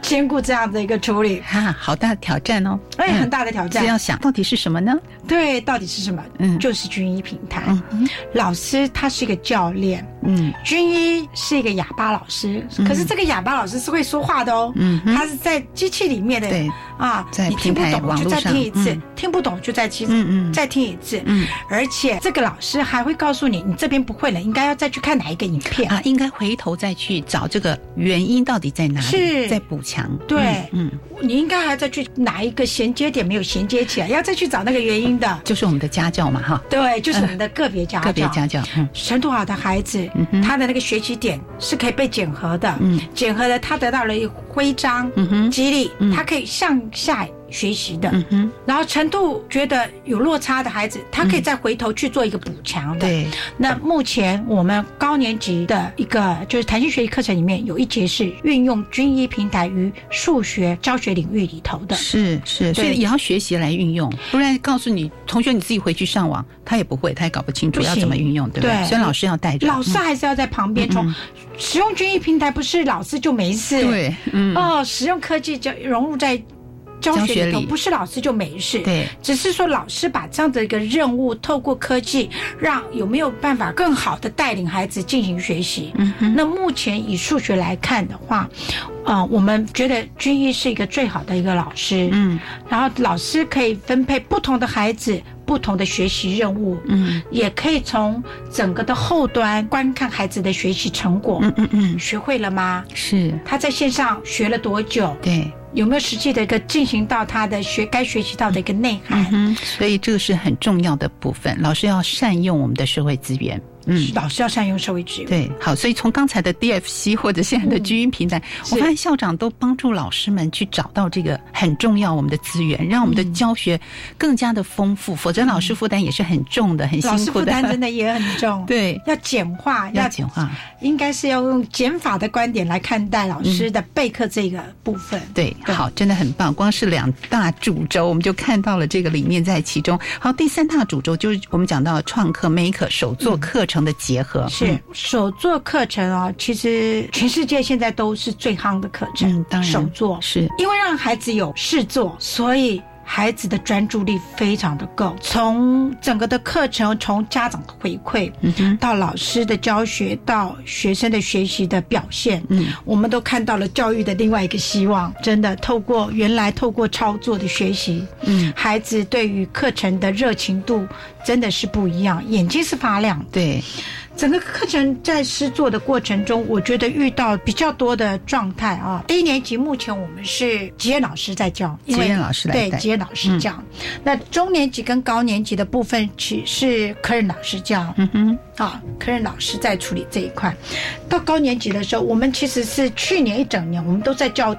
兼顾这样的一个处理？哈，好大的挑战哦，哎，很大的挑战。要想到底是什么呢？对，到底是什么？嗯，就是军医平台。嗯老师他是一个教练，嗯，军医是一个哑巴老师，可是这个哑巴老师是会说话的哦，嗯，他是在机器里面的，对啊，在你平听不台懂网就络再上听一次嗯，听不懂就再听，嗯嗯再听一次，嗯，而且这个老师还会告诉你，你这边不会了，应该要再去看哪一个影片。啊，应该回头再去找这个原因到底在哪里，是再补强。对嗯，嗯你应该还要再去哪一个衔接点没有衔接起来，要再去找那个原因的。就是我们的家教嘛，哈，对，就是我们的个别家啊个别家教，嗯，程度好的孩子，哼他的那个学习点是可以被检核的，嗯检核了他得到了一徽章、嗯哼激励，嗯他可以向下学习的。嗯哼，然后程度觉得有落差的孩子，他可以再回头去做一个补强的。对，那目前我们高年级的一个就是弹性学习课程里面有一节是运用军医平台于数学教学领域里头的。是是，所对以也要学习来运用，不然告诉你同学你自己回去上网，他也不会，他也搞不清楚不要行怎么运用，对不对？对所以老师要带着，嗯老师还是要在旁边从使用军医平台，不是老师就没事。嗯对，嗯，哦，使用科技就融入在教教学学里头，里不是老师就没事。对，只是说老师把这样的一个任务透过科技，让有没有办法更好的带领孩子进行学习。嗯哼，那目前以数学来看的话，啊、我们觉得军医是一个最好的一个老师。嗯然后老师可以分配不同的孩子不同的学习任务，嗯也可以从整个的后端观看孩子的学习成果。嗯嗯嗯，学会了吗？是，他在线上学了多久？对，有没有实际的一个进行到他的学该学习到的一个内涵？嗯，所以这个是很重要的部分，老师要善用我们的社会资源，嗯。老师要善用社会资源。对，好，所以从刚才的 <laughs> DFC 或者现在的军音平台，我嗯是发现校长都帮助老师们去找到这个很重要我们的资源，让我们嗯的教学更加的丰富，否则老师负担也是很重的，很老辛师苦负的。，担真的也很重 <laughs> 对要简化，要简化，应该是要用减法的观点来看待老师的备课这个部分。 <laughs> 对，好，真的很棒。光是两大主轴，我们就看到了这个理念在其中。好，第三大主轴就是我们讲到创客、maker 手作课程的结合，嗯是手作课程哦，其实全世界现在都是最夯的课程，嗯当然手作是因为让孩子有事做，所以。孩子的专注力非常的够，从整个的课程，从家长的回馈，到老师的教学，到学生的学习的表现，嗯，我们都看到了教育的另外一个希望。真的，透过原来透过操作的学习，嗯，孩子对于课程的热情度真的是不一样，眼睛是发亮的。对，整个课程在施作的过程中，我觉得遇到比较多的状态啊。低年级目前我们是吉彦老师在教，因为吉彦老师来带嗯对吉彦老师教。那中年级跟高年级的部分，其是科任老师教。嗯哼，啊，科任老师在处理这一块。到高年级的时候，我们其实是去年一整年，我们都在教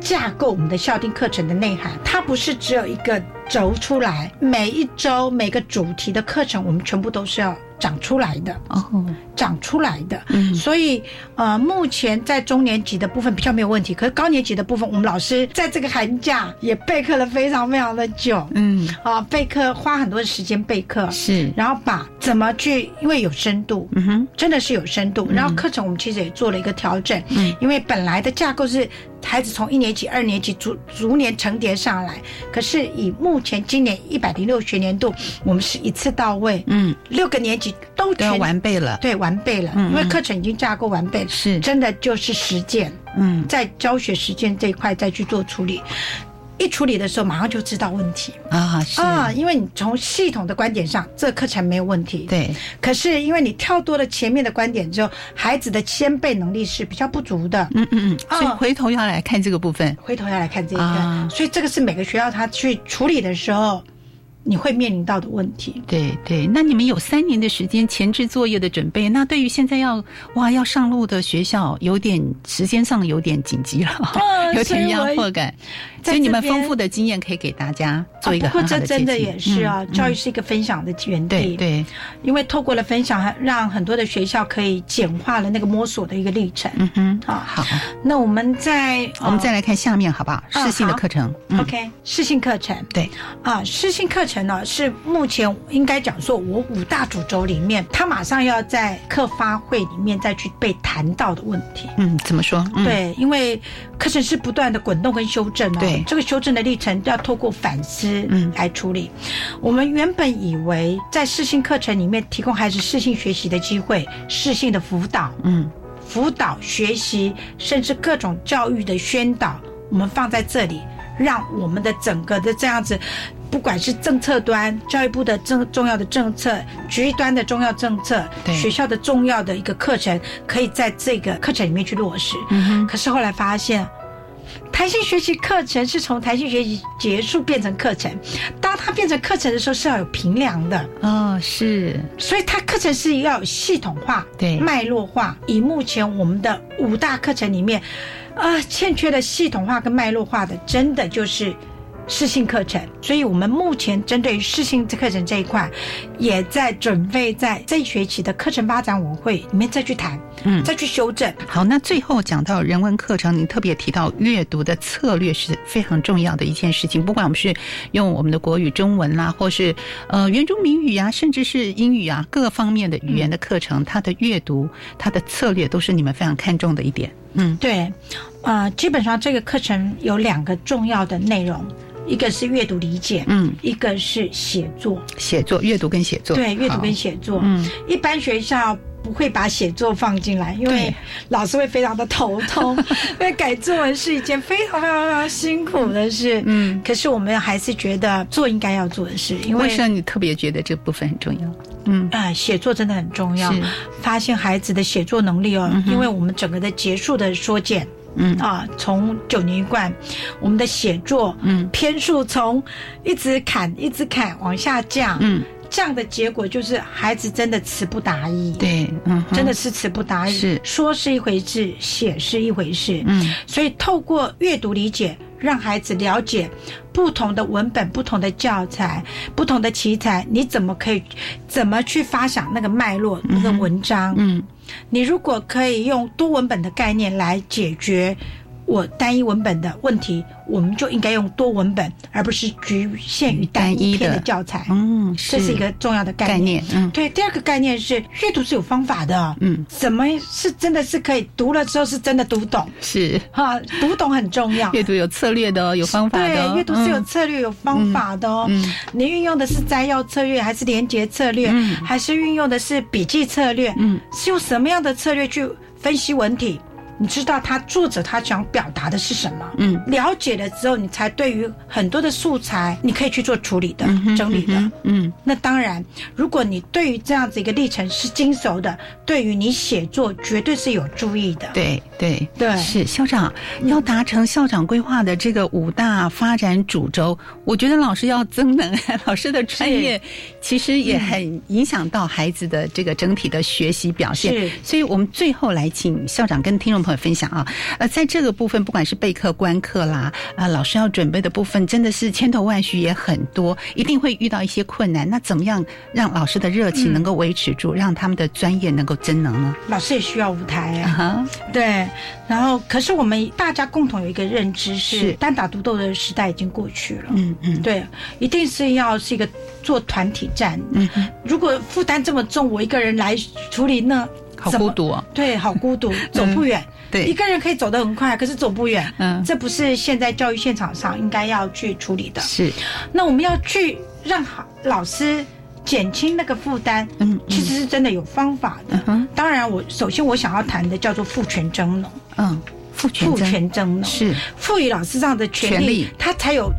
架构我们的校定课程的内涵，它不是只有一个轴出来，每一周每个主题的课程，我们全部都是要长出来的。哦，长出来的，嗯所以呃，目前在中年级的部分比较没有问题，可是高年级的部分，我们老师在这个寒假也备课了非常非常的久，嗯，啊，备课花很多时间备课，是，然后把怎么去，因为有深度，嗯哼，真的是有深度。然后课程我们其实也做了一个调整，嗯，因为本来的架构是孩子从一年级、二年级逐逐年层叠上来，可是以目前今年一百零六学年度，我们是一次到位，嗯，六个年级都都要全完备了，对，完备了，嗯嗯因为课程已经架构完备了，是真的就是实践，嗯在教学实践这一块再去做处理。一处理的时候，马上就知道问题啊是啊，因为你从系统的观点上，这个课程没有问题。对，可是因为你跳多了前面的观点之后，孩子的先辈能力是比较不足的。嗯嗯啊嗯，所以回头要来看这个部分，回头要来看这一个，啊所以这个是每个学校他去处理的时候。你会面临到的问题，对对，那你们有三年的时间前置作业的准备，那对于现在要哇要上路的学校，有点时间上有点紧急了，<laughs> 嗯有点压迫感，所所以我在这边以你们丰富的经验可以给大家做一个啊不很过好这的真的借也鉴是啊，嗯教育嗯是一个分享的园地，对对，因为透过了分享，让很多的学校可以简化了那个摸索的一个历程。嗯哼，啊，好，那我们再我们再来看下面好不好？嗯适性的好课程，嗯 OK，适性课程对啊，适性课程呢是目前应该讲说，我五大主轴里面，它马上要在课发会里面再去被谈到的问题。嗯，怎么说？嗯，对，因为课程是不断的滚动跟修正哦。对这个修正的历程要透过反思嗯来处理。我们原本以为在适性课程里面提供孩子适性学习的机会、适性的辅导、嗯辅导学习，甚至各种教育的宣导，我们放在这里，让我们的整个的这样子，不管是政策端，教育部的政重要的政策，局端的重要政策，对学校的重要的一个课程，可以在这个课程里面去落实。嗯哼，可是后来发现，弹性学习课程是从弹性学习结束变成课程，当它变成课程的时候是要有评量的，哦是，所以它课程是要有系统化、对脉络化。以目前我们的五大课程里面，呃，欠缺的系统化跟脉络化的，真的就是。适性课程，所以我们目前针对于适性课程这一块，也在准备在这一学期的课程发展委会里面再去谈，嗯再去修正。好，那最后讲到人文课程，你特别提到阅读的策略是非常重要的一件事情。不管我们是用我们的国语、中文啦，或是呃原住民语啊，甚至是英语啊，各方面的语言的课程，它的阅读、它的策略都是你们非常看重的一点。嗯，对，呃，基本上这个课程有两个重要的内容，一个是阅读理解，嗯，一个是写作。写作、阅读跟写作，对，阅读跟好写作，嗯，一般学校。不会把写作放进来，因为对老师会非常的头 <laughs> 痛，因为改作文是一件非常非常非常辛苦的事。嗯，可是我们还是觉得做应该要做的事，因为为什么你特别觉得这部分很重要？嗯，啊，写作真的很重要是，发现孩子的写作能力哦，嗯哼因为我们整个的结束的缩减。嗯啊，从九年一贯，我们的写作，嗯篇数从一直砍一直砍往下降，嗯，这样的结果就是孩子真的词不达意，，对，嗯哼，真的是词不达意，是说是一回事，写是一回事，嗯，所以透过阅读理解，让孩子了解不同的文本、不同的教材、不同的题材，你怎么可以怎么去发想那个脉络、那个文章？嗯，你如果可以用多文本的概念来解决。我单一文本的问题，我们就应该用多文本，而不是局限于单单一篇的的教材。嗯，这是一个重要的概概念，嗯，对，第二个概念是阅读是有方法的，嗯，怎么是真的是可以读了之后是真的读懂是哈，读懂很重要。阅读有策略的哦，有方法的哦，对，阅读是有嗯策略、有方法的哦。嗯嗯你运用的是摘要策略，还是连结策略，嗯还是运用的是笔记策略？嗯，是用什么样的策略去分析文体？你知道他作者他想表达的是什么？嗯，了解了之后，你才对于很多的素材，你可以去做处理的、整理的。嗯那当然，如果你对于这样子一个历程是精熟的，对于你写作绝对是有注意的。，对对对是校长要达成校长规划的这个五大发展主轴，我觉得老师要增能， <laughs> 老师的专业其实也很影响到孩子的这个整体的学习表现是。所以我们最后来请校长跟听众朋友分享啊，呃，在这个部分，不管是备课、观课啦，啊、老师要准备的部分，真的是千头万绪也很多，一定会遇到一些困难。那怎么样让老师的热情嗯能够维持住，让他们的专业能够增能呢？老师也需要舞台啊啊。哈，对，然后可是我们大家共同有一个认知是是，单打独斗的时代已经过去了。嗯嗯。对，一定是要是一个做团体战。嗯哼，如果负担这么重，我一个人来处理那好怎么孤独哦。对，好 <laughs> 孤独，走不远。对一个人可以走得很快，可是走不远。嗯这不是现在教育现场上应该要去处理的。是，那我们要去让好老师减轻那个负担，嗯其实是真的有方法的。嗯哼当然我，首先我想要谈的叫做父权争农。嗯，父赋权争农，是赋予老师这样的权权利利，他才有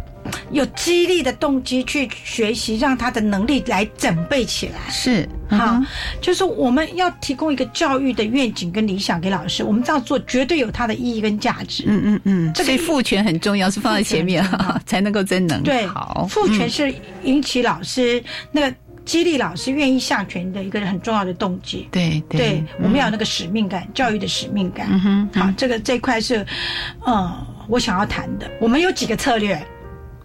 有激励的动机去学习，让他的能力来准备起来。是嗯好，就是我们要提供一个教育的愿景跟理想给老师，我们这样做绝对有它的意义跟价值。嗯嗯嗯，这个所以赋权很重要，是放在前面哈，才能够增能。对，好，赋权嗯是引起老师、那个激励老师愿意下权的一个很重要的动机。对对，我们要有那个使命感，教育的使命感。嗯哼，好，这个这一块是，嗯，我想要谈的。我们有几个策略，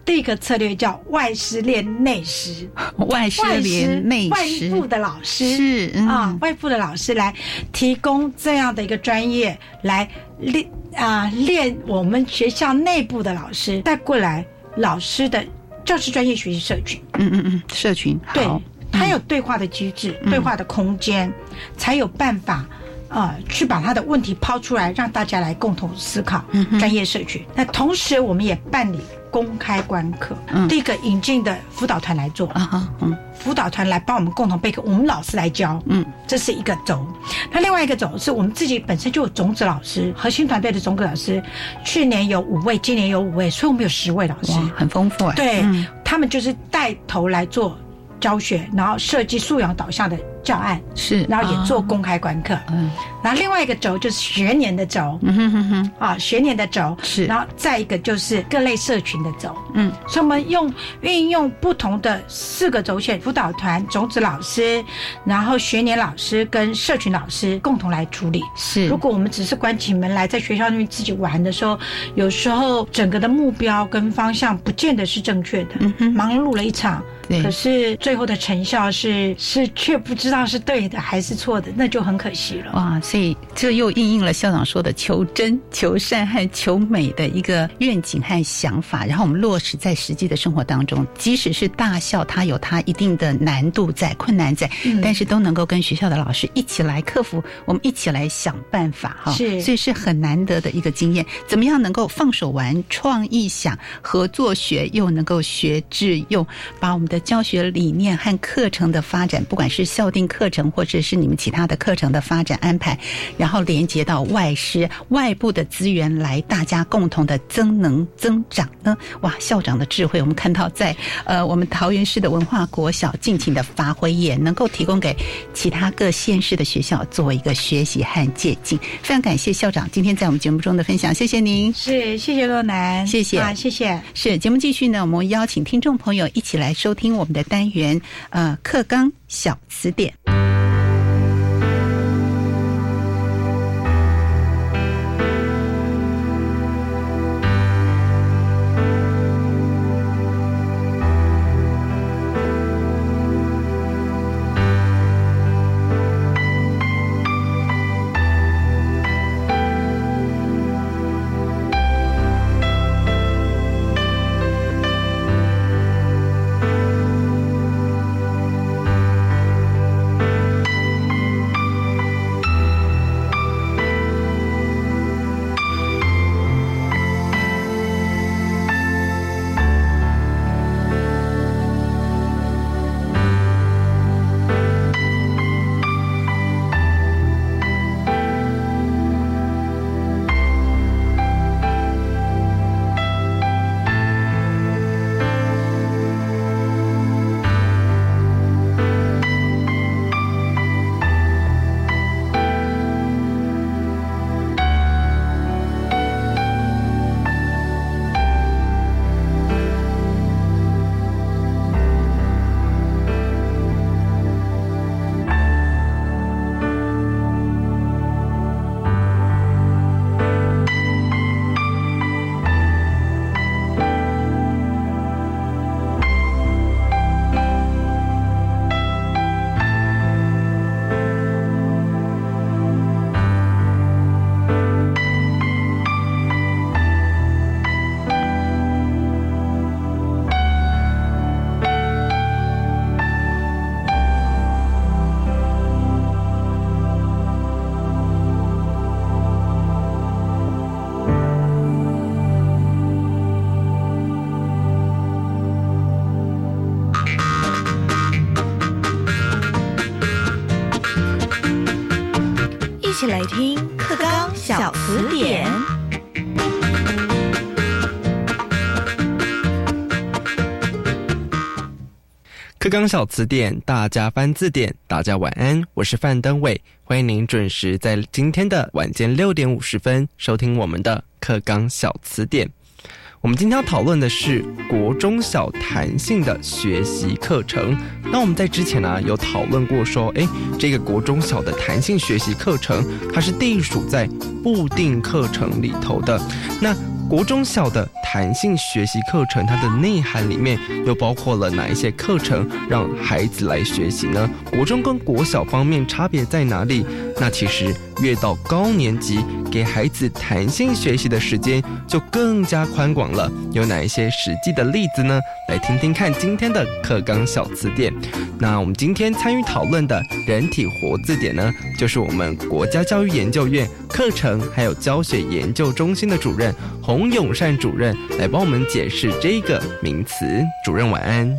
第一个策略叫外师练内师，嗯外师连内外师部的老师是嗯啊，外部的老师来提供这样的一个专业来练啊、练我们学校内部的老师带过来老师的教师专业学习社群。嗯嗯嗯，社群对好，他有对话的机制、嗯对话的空间，才有办法。呃，去把他的问题抛出来，让大家来共同思考嗯哼专业社群。那同时，我们也办理公开观课。嗯第一个引进的辅导团来做，啊哈，嗯辅导团来帮我们共同备课，我们老师来教。嗯，这是一个轴。那另外一个轴是我们自己本身就有种子老师，核心团队的种子老师，去年有五位，今年有五位，所以我们有十位老师哇。，很丰富哎。对、嗯他们就是带头来做教学，然后设计素养导向的教案，是，然后也做啊公开观课。嗯然后另外一个轴就是学年的轴。嗯哼哼哼，啊，学年的轴是然后再一个就是各类社群的轴，嗯所以我们用运用不同的四个轴线，辅导团、种子老师，然后学年老师跟社群老师共同来处理。是如果我们只是关起门来在学校那边自己玩的时候，有时候整个的目标跟方向不见得是正确的，嗯哼忙碌了一场。对可是最后的成效是是却不知道是对的还是错的，那就很可惜了。哇，所以这又应应了校长说的求真、 <laughs> 求善和求美的一个愿景和想法，然后我们落实在实际的生活当中。即使是大校，它有它一定的难度在、困难在，嗯但是都能够跟学校的老师一起来克服，我们一起来想办法哈。是所以是很难得的一个经验。怎么样能够放手玩、创意想、合作学，又能够学致用，把我们的教学理念和课程的发展，不管是校定课程或者是你们其他的课程的发展安排，然后连接到外师、外部的资源来大家共同的增能增长呢？哇，校长的智慧，我们看到在呃我们桃园市的文化国小尽情的发挥，也能够提供给其他各县市的学校做一个学习和借鉴。非常感谢校长今天在我们节目中的分享，谢谢您。是，谢谢洛南，谢谢啊，谢谢。是节目继续呢，我们邀请听众朋友一起来收听我们的单元，呃，课纲小词典。一起来听课纲小词典。课纲小词典，大家翻字典，大家晚安，我是范登伟，欢迎您准时在今天的晚间六点五十分收听我们的课纲小词典。我们今天要讨论的是国中小弹性的学习课程。那我们在之前呢、啊有讨论过说，诶，这个国中小的弹性学习课程，它是隶属在固定课程里头的。那国中小的弹性学习课程，它的内涵里面又包括了哪一些课程，让孩子来学习呢？国中跟国小方面差别在哪里？那其实越到高年级，给孩子弹性学习的时间就更加宽广了。有哪一些实际的例子呢？来听听看今天的课纲小词典。那我们今天参与讨论的人体活字典呢，就是我们国家教育研究院课程还有教学研究中心的主任洪永善主任来帮我们解释这个名词。主任晚安。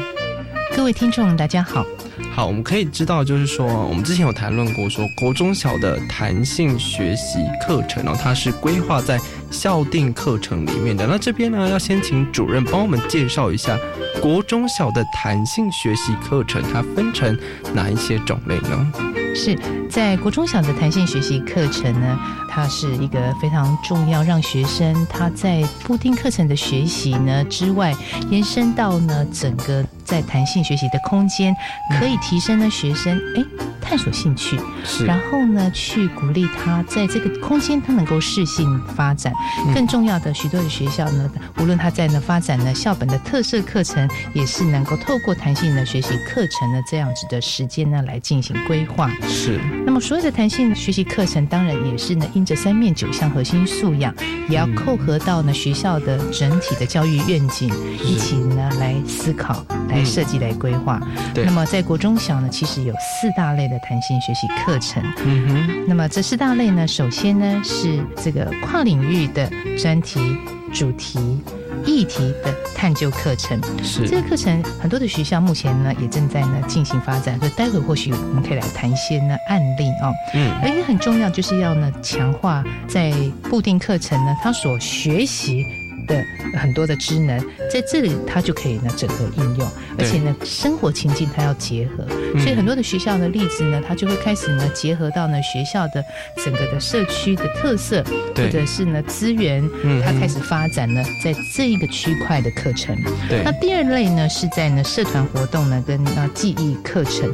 各位听众，大家好。好，我们可以知道，就是说，我们之前有谈论过说，国中小的弹性学习课程哦，它是规划在校定课程里面的。那这边呢，要先请主任帮我们介绍一下国中小的弹性学习课程，它分成哪一些种类呢？是在国中小的弹性学习课程呢，它是一个非常重要，让学生他在固定课程的学习呢之外，延伸到呢整个在弹性学习的空间，可以提升呢学生哎探索兴趣，是然后呢去鼓励他在这个空间他能够适性发展。嗯更重要的，许多的学校呢，无论他在呢发展呢校本的特色课程，也是能够透过弹性的学习课程呢这样子的时间呢来进行规划。是那么所有的弹性学习课程，当然也是呢，因着三面九项核心素养，也要扣合到呢学校的整体的教育愿景，一起呢来思考、来设计、来规划。对那么在国中小呢，其实有四大类的弹性学习课程。嗯哼，那么这四大类呢，首先呢是这个跨领域的专题、主题、议题的探究课程。是这个课程，很多的学校目前呢也正在呢进行发展，所以待会或许我们可以来谈一些呢案例哦。嗯而且很重要就是要呢强化在固定课程呢它所学习。的很多的职能，在这里它就可以呢整合应用，而对且呢生活情境它要结合，嗯所以很多的学校的例子呢，它就会开始呢结合到呢学校的整个的社区的特色，对或者是呢资源嗯，它嗯开始发展呢在这一个区块的课程。对那第二类呢是在呢社团活动呢跟啊记忆课程。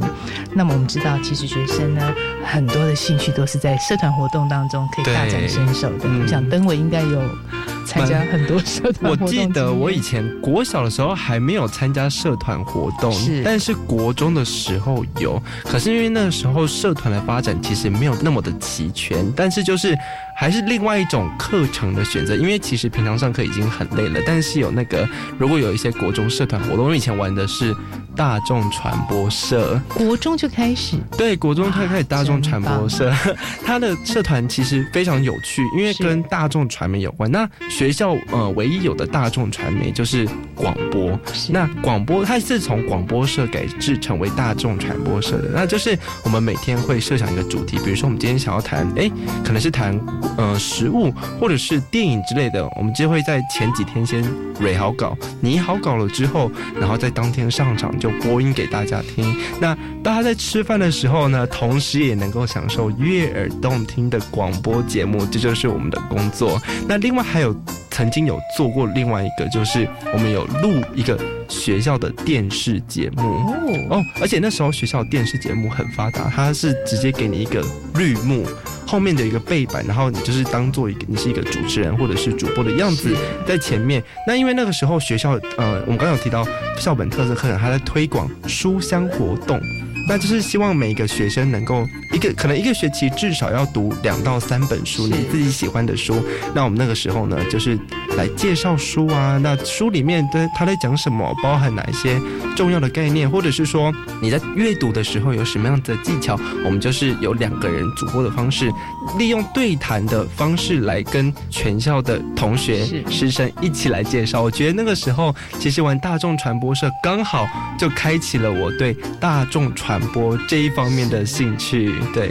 那么我们知道，其实学生呢很多的兴趣都是在社团活动当中可以大展对身手 <laughs> 的。嗯我想登伟应该有参加很多社团我 <laughs> 活动记得经我验以前国小的时候还没有参加社团活动，是但是国中的时候有。可是因为那时候社团的发展其实没有那么的齐全，但是就是还是另外一种课程的选择。因为其实平常上课已经很累了，但是有那个如果有一些国中社团活动，因为以前玩的是大众传播社，国中就开始对，国中它开始大众传播社，它的社团其实非常有趣，因为跟大众传媒有关。那学校呃唯一有的大众传媒就是广播，那广播它是从广播社改制成为大众传播社的，那就是我们每天会设想一个主题，比如说我们今天想要谈，哎，可能是谈呃食物或者是电影之类的，我们就会在前几天先蕊好稿，拟好稿了之后，然后在当天上场就播音给大家听。那大家在吃饭的时候呢，同时也能够享受悦耳动听的广播节目，这就是我们的工作。那另外还有曾经有做过另外一个，就是我们有录一个学校的电视节目哦，而且那时候学校电视节目很发达，它是直接给你一个绿幕。后面的一个背板，然后你就是当做一个你是一个主持人或者是主播的样子在前面。那因为那个时候学校，呃，我们刚刚有提到校本特色课程，它在推广书香活动。那就是希望每一个学生能够一个可能一个学期至少要读两到三本书，你自己喜欢的书。那我们那个时候呢，就是来介绍书啊，那书里面的它在讲什么，包含哪一些重要的概念，或者是说你在阅读的时候有什么样的技巧，我们就是有两个人主播的方式，利用对谈的方式来跟全校的同学是、师生一起来介绍。我觉得那个时候，其实玩大众传播社刚好就开启了我对大众传播这一方面的兴趣。对，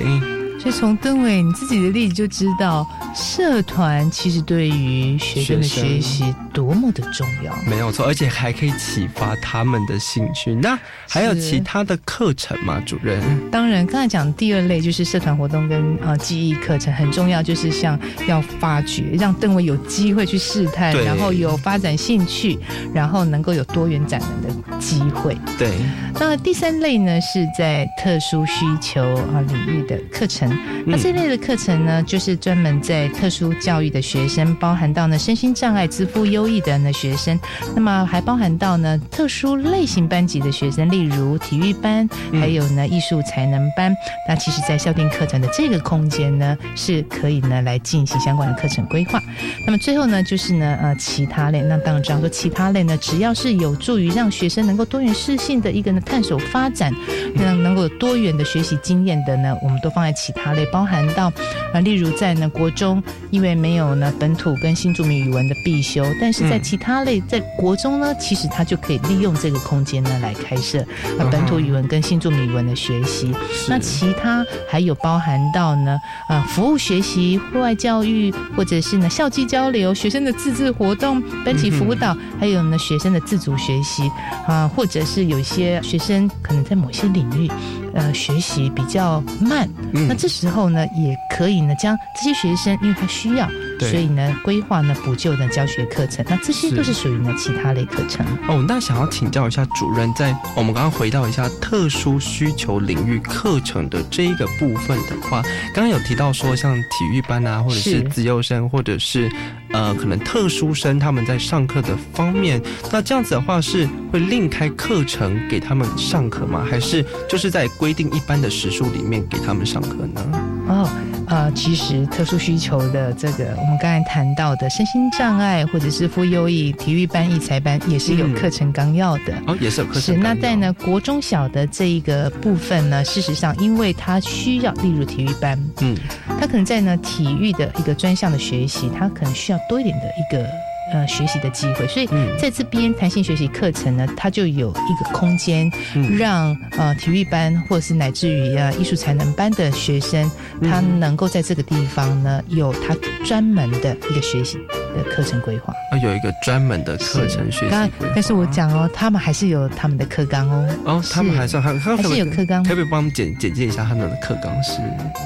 所以从敦伟你自己的例子就知道，社团其实对于学生的学学生习多么的重要。没有错，而且还可以启发他们的兴趣。那还有是其他的课程吗，主任？当然，刚才讲第二类就是社团活动跟呃记忆课程很重要，就是像要发掘，让邓伟有机会去试探，对然后有发展兴趣，然后能够有多元展能的机会。对，那第三类呢是在特殊需求啊领域的课程，那这类的课程呢，就是专门在特殊教育的学生，包含到呢身心障碍、资赋优异的呢学生，那么还包含到呢特殊类型班级的学生，例如体育班，嗯还有呢艺术才能班。那其实，在校定课程的这个空间呢，是可以呢来进行相关的课程规划。那么最后呢，就是呢，呃，其他类。那当然知道说，其他类呢，只要是有助于让学生能够多元适性的一个呢探索发展，那能够有多元的学习经验的呢，我们都放在其他类，包含到呃，例如在呢国中，因为没有呢本土跟新著名语文的必修，但是在嗯其他类，在国中呢，其实它就可以利用这个空间呢来开设呃本嗯土语文跟新著名语文的学习。那其他还有包含到呢，呃，服务学习、户外教育，或者是呢校际交流、学生的自治活动、班级辅导，还有呢学生的自主学习啊、或者是有一些学生可能在某些领域，呃，学习比较慢，嗯那这时候呢，也可以呢将这些学生，因为他需要，对所以呢规划呢补救的教学课程，那这些是都是属于呢其他类课程。哦，那想要请教一下主任，在我们刚刚回到一下特殊需求领域课程的这一个部分的话，刚刚有提到说像体育班啊，或者是是自由生，或者是呃可能特殊生他们在上课的方面，那这样子的话是会另开课程给他们上课吗？还是就是在规定一般的时数里面给他们上课呢？哦，呃，其实特殊需求的这个，我们刚才谈到的身心障碍或者是妇幼艺、体育班、艺才班，也是有嗯课程纲要的。哦，也是有课程是，纲那要在呢国中小的这一个部分呢，事实上，因为它需要，例如体育班，嗯，它可能在呢体育的一个专项的学习，它可能需要多一点的一个。呃，学习的机会，所以在这边弹性学习课程呢，它就有一个空间，嗯让呃体育班或者是乃至于呃艺术才能班的学生，他能够在这个地方呢有他专门的一个学习的课程规划。啊，有一个专门的课程学习刚规划但是我讲哦，他们还是有他们的课纲哦。哦，他们还是还还是有课纲可不可以帮我们简简介一下他们的课纲是？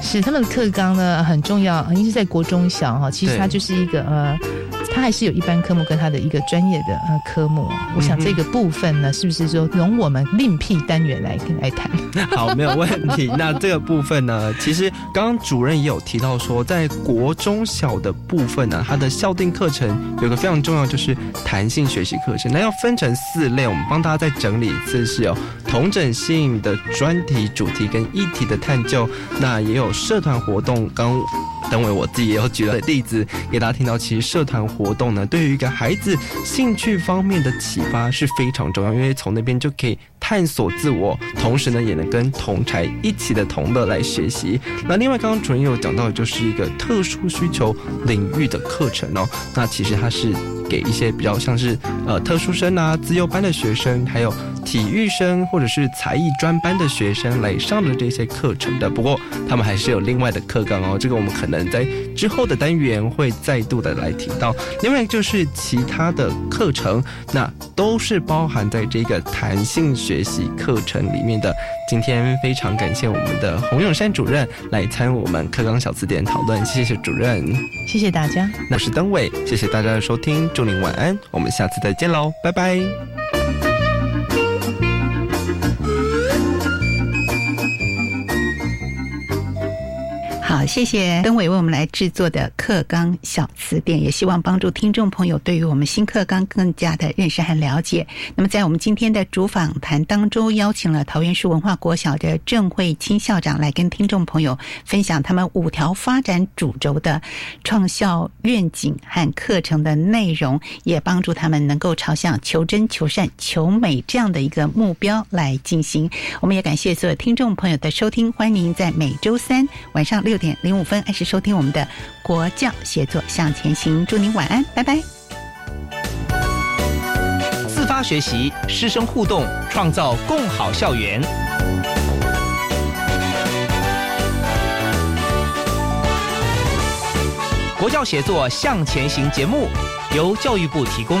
是他们的课纲呢很重要，因为是在国中小哈，其实对它就是一个呃，它还是有一般科目跟它的一个专业的呃科目。嗯我想这个部分呢，是不是说容我们另辟单元来来谈？ <laughs> 好，没有问题。那这个部分呢，其实刚刚主任也有提到说，在国中小的部分呢，它的校定课程有个非常重要，就是弹性学习课程。那要分成四类，我们帮大家再整理一次，是有同整性的专题、主题跟议题的探究，那也有社团活动刚。等会我自己也有举了例子给大家听到，其实社团活动呢，对于一个孩子兴趣方面的启发是非常重要，因为从那边就可以探索自我，同时呢，也能跟同才一起的同乐来学习。那另外，刚刚主任也有讲到，就是一个特殊需求领域的课程哦，那其实它是给一些比较像是呃特殊生啊、自幼班的学生，还有体育生或者是才艺专班的学生来上的这些课程的。不过他们还是有另外的课纲哦，这个我们可能在之后的单元会再度的来提到。另外就是其他的课程，那都是包含在这个弹性学习课程里面的。今天非常感谢我们的洪永山主任来参与我们课纲小词典讨论，谢谢主任。谢谢大家。那我是登伟，谢谢大家的收听，祝您晚安，我们下次再见喽，拜拜。好，谢谢登伟为我们来制作的课纲小词典，也希望帮助听众朋友对于我们新课纲更加的认识和了解。那么，在我们今天的主访谈当中，邀请了桃园市文化国小的郑慧清校长来跟听众朋友分享他们五条发展主轴的创校愿景和课程的内容，也帮助他们能够朝向求真、求善、求美这样的一个目标来进行。我们也感谢所有听众朋友的收听，欢迎您在每周三晚上六点零五分按时收听我们的国教协作向前行。祝您晚安，拜拜。自发学习，师生互动，创造共好校园。国教协作向前行节目由教育部提供。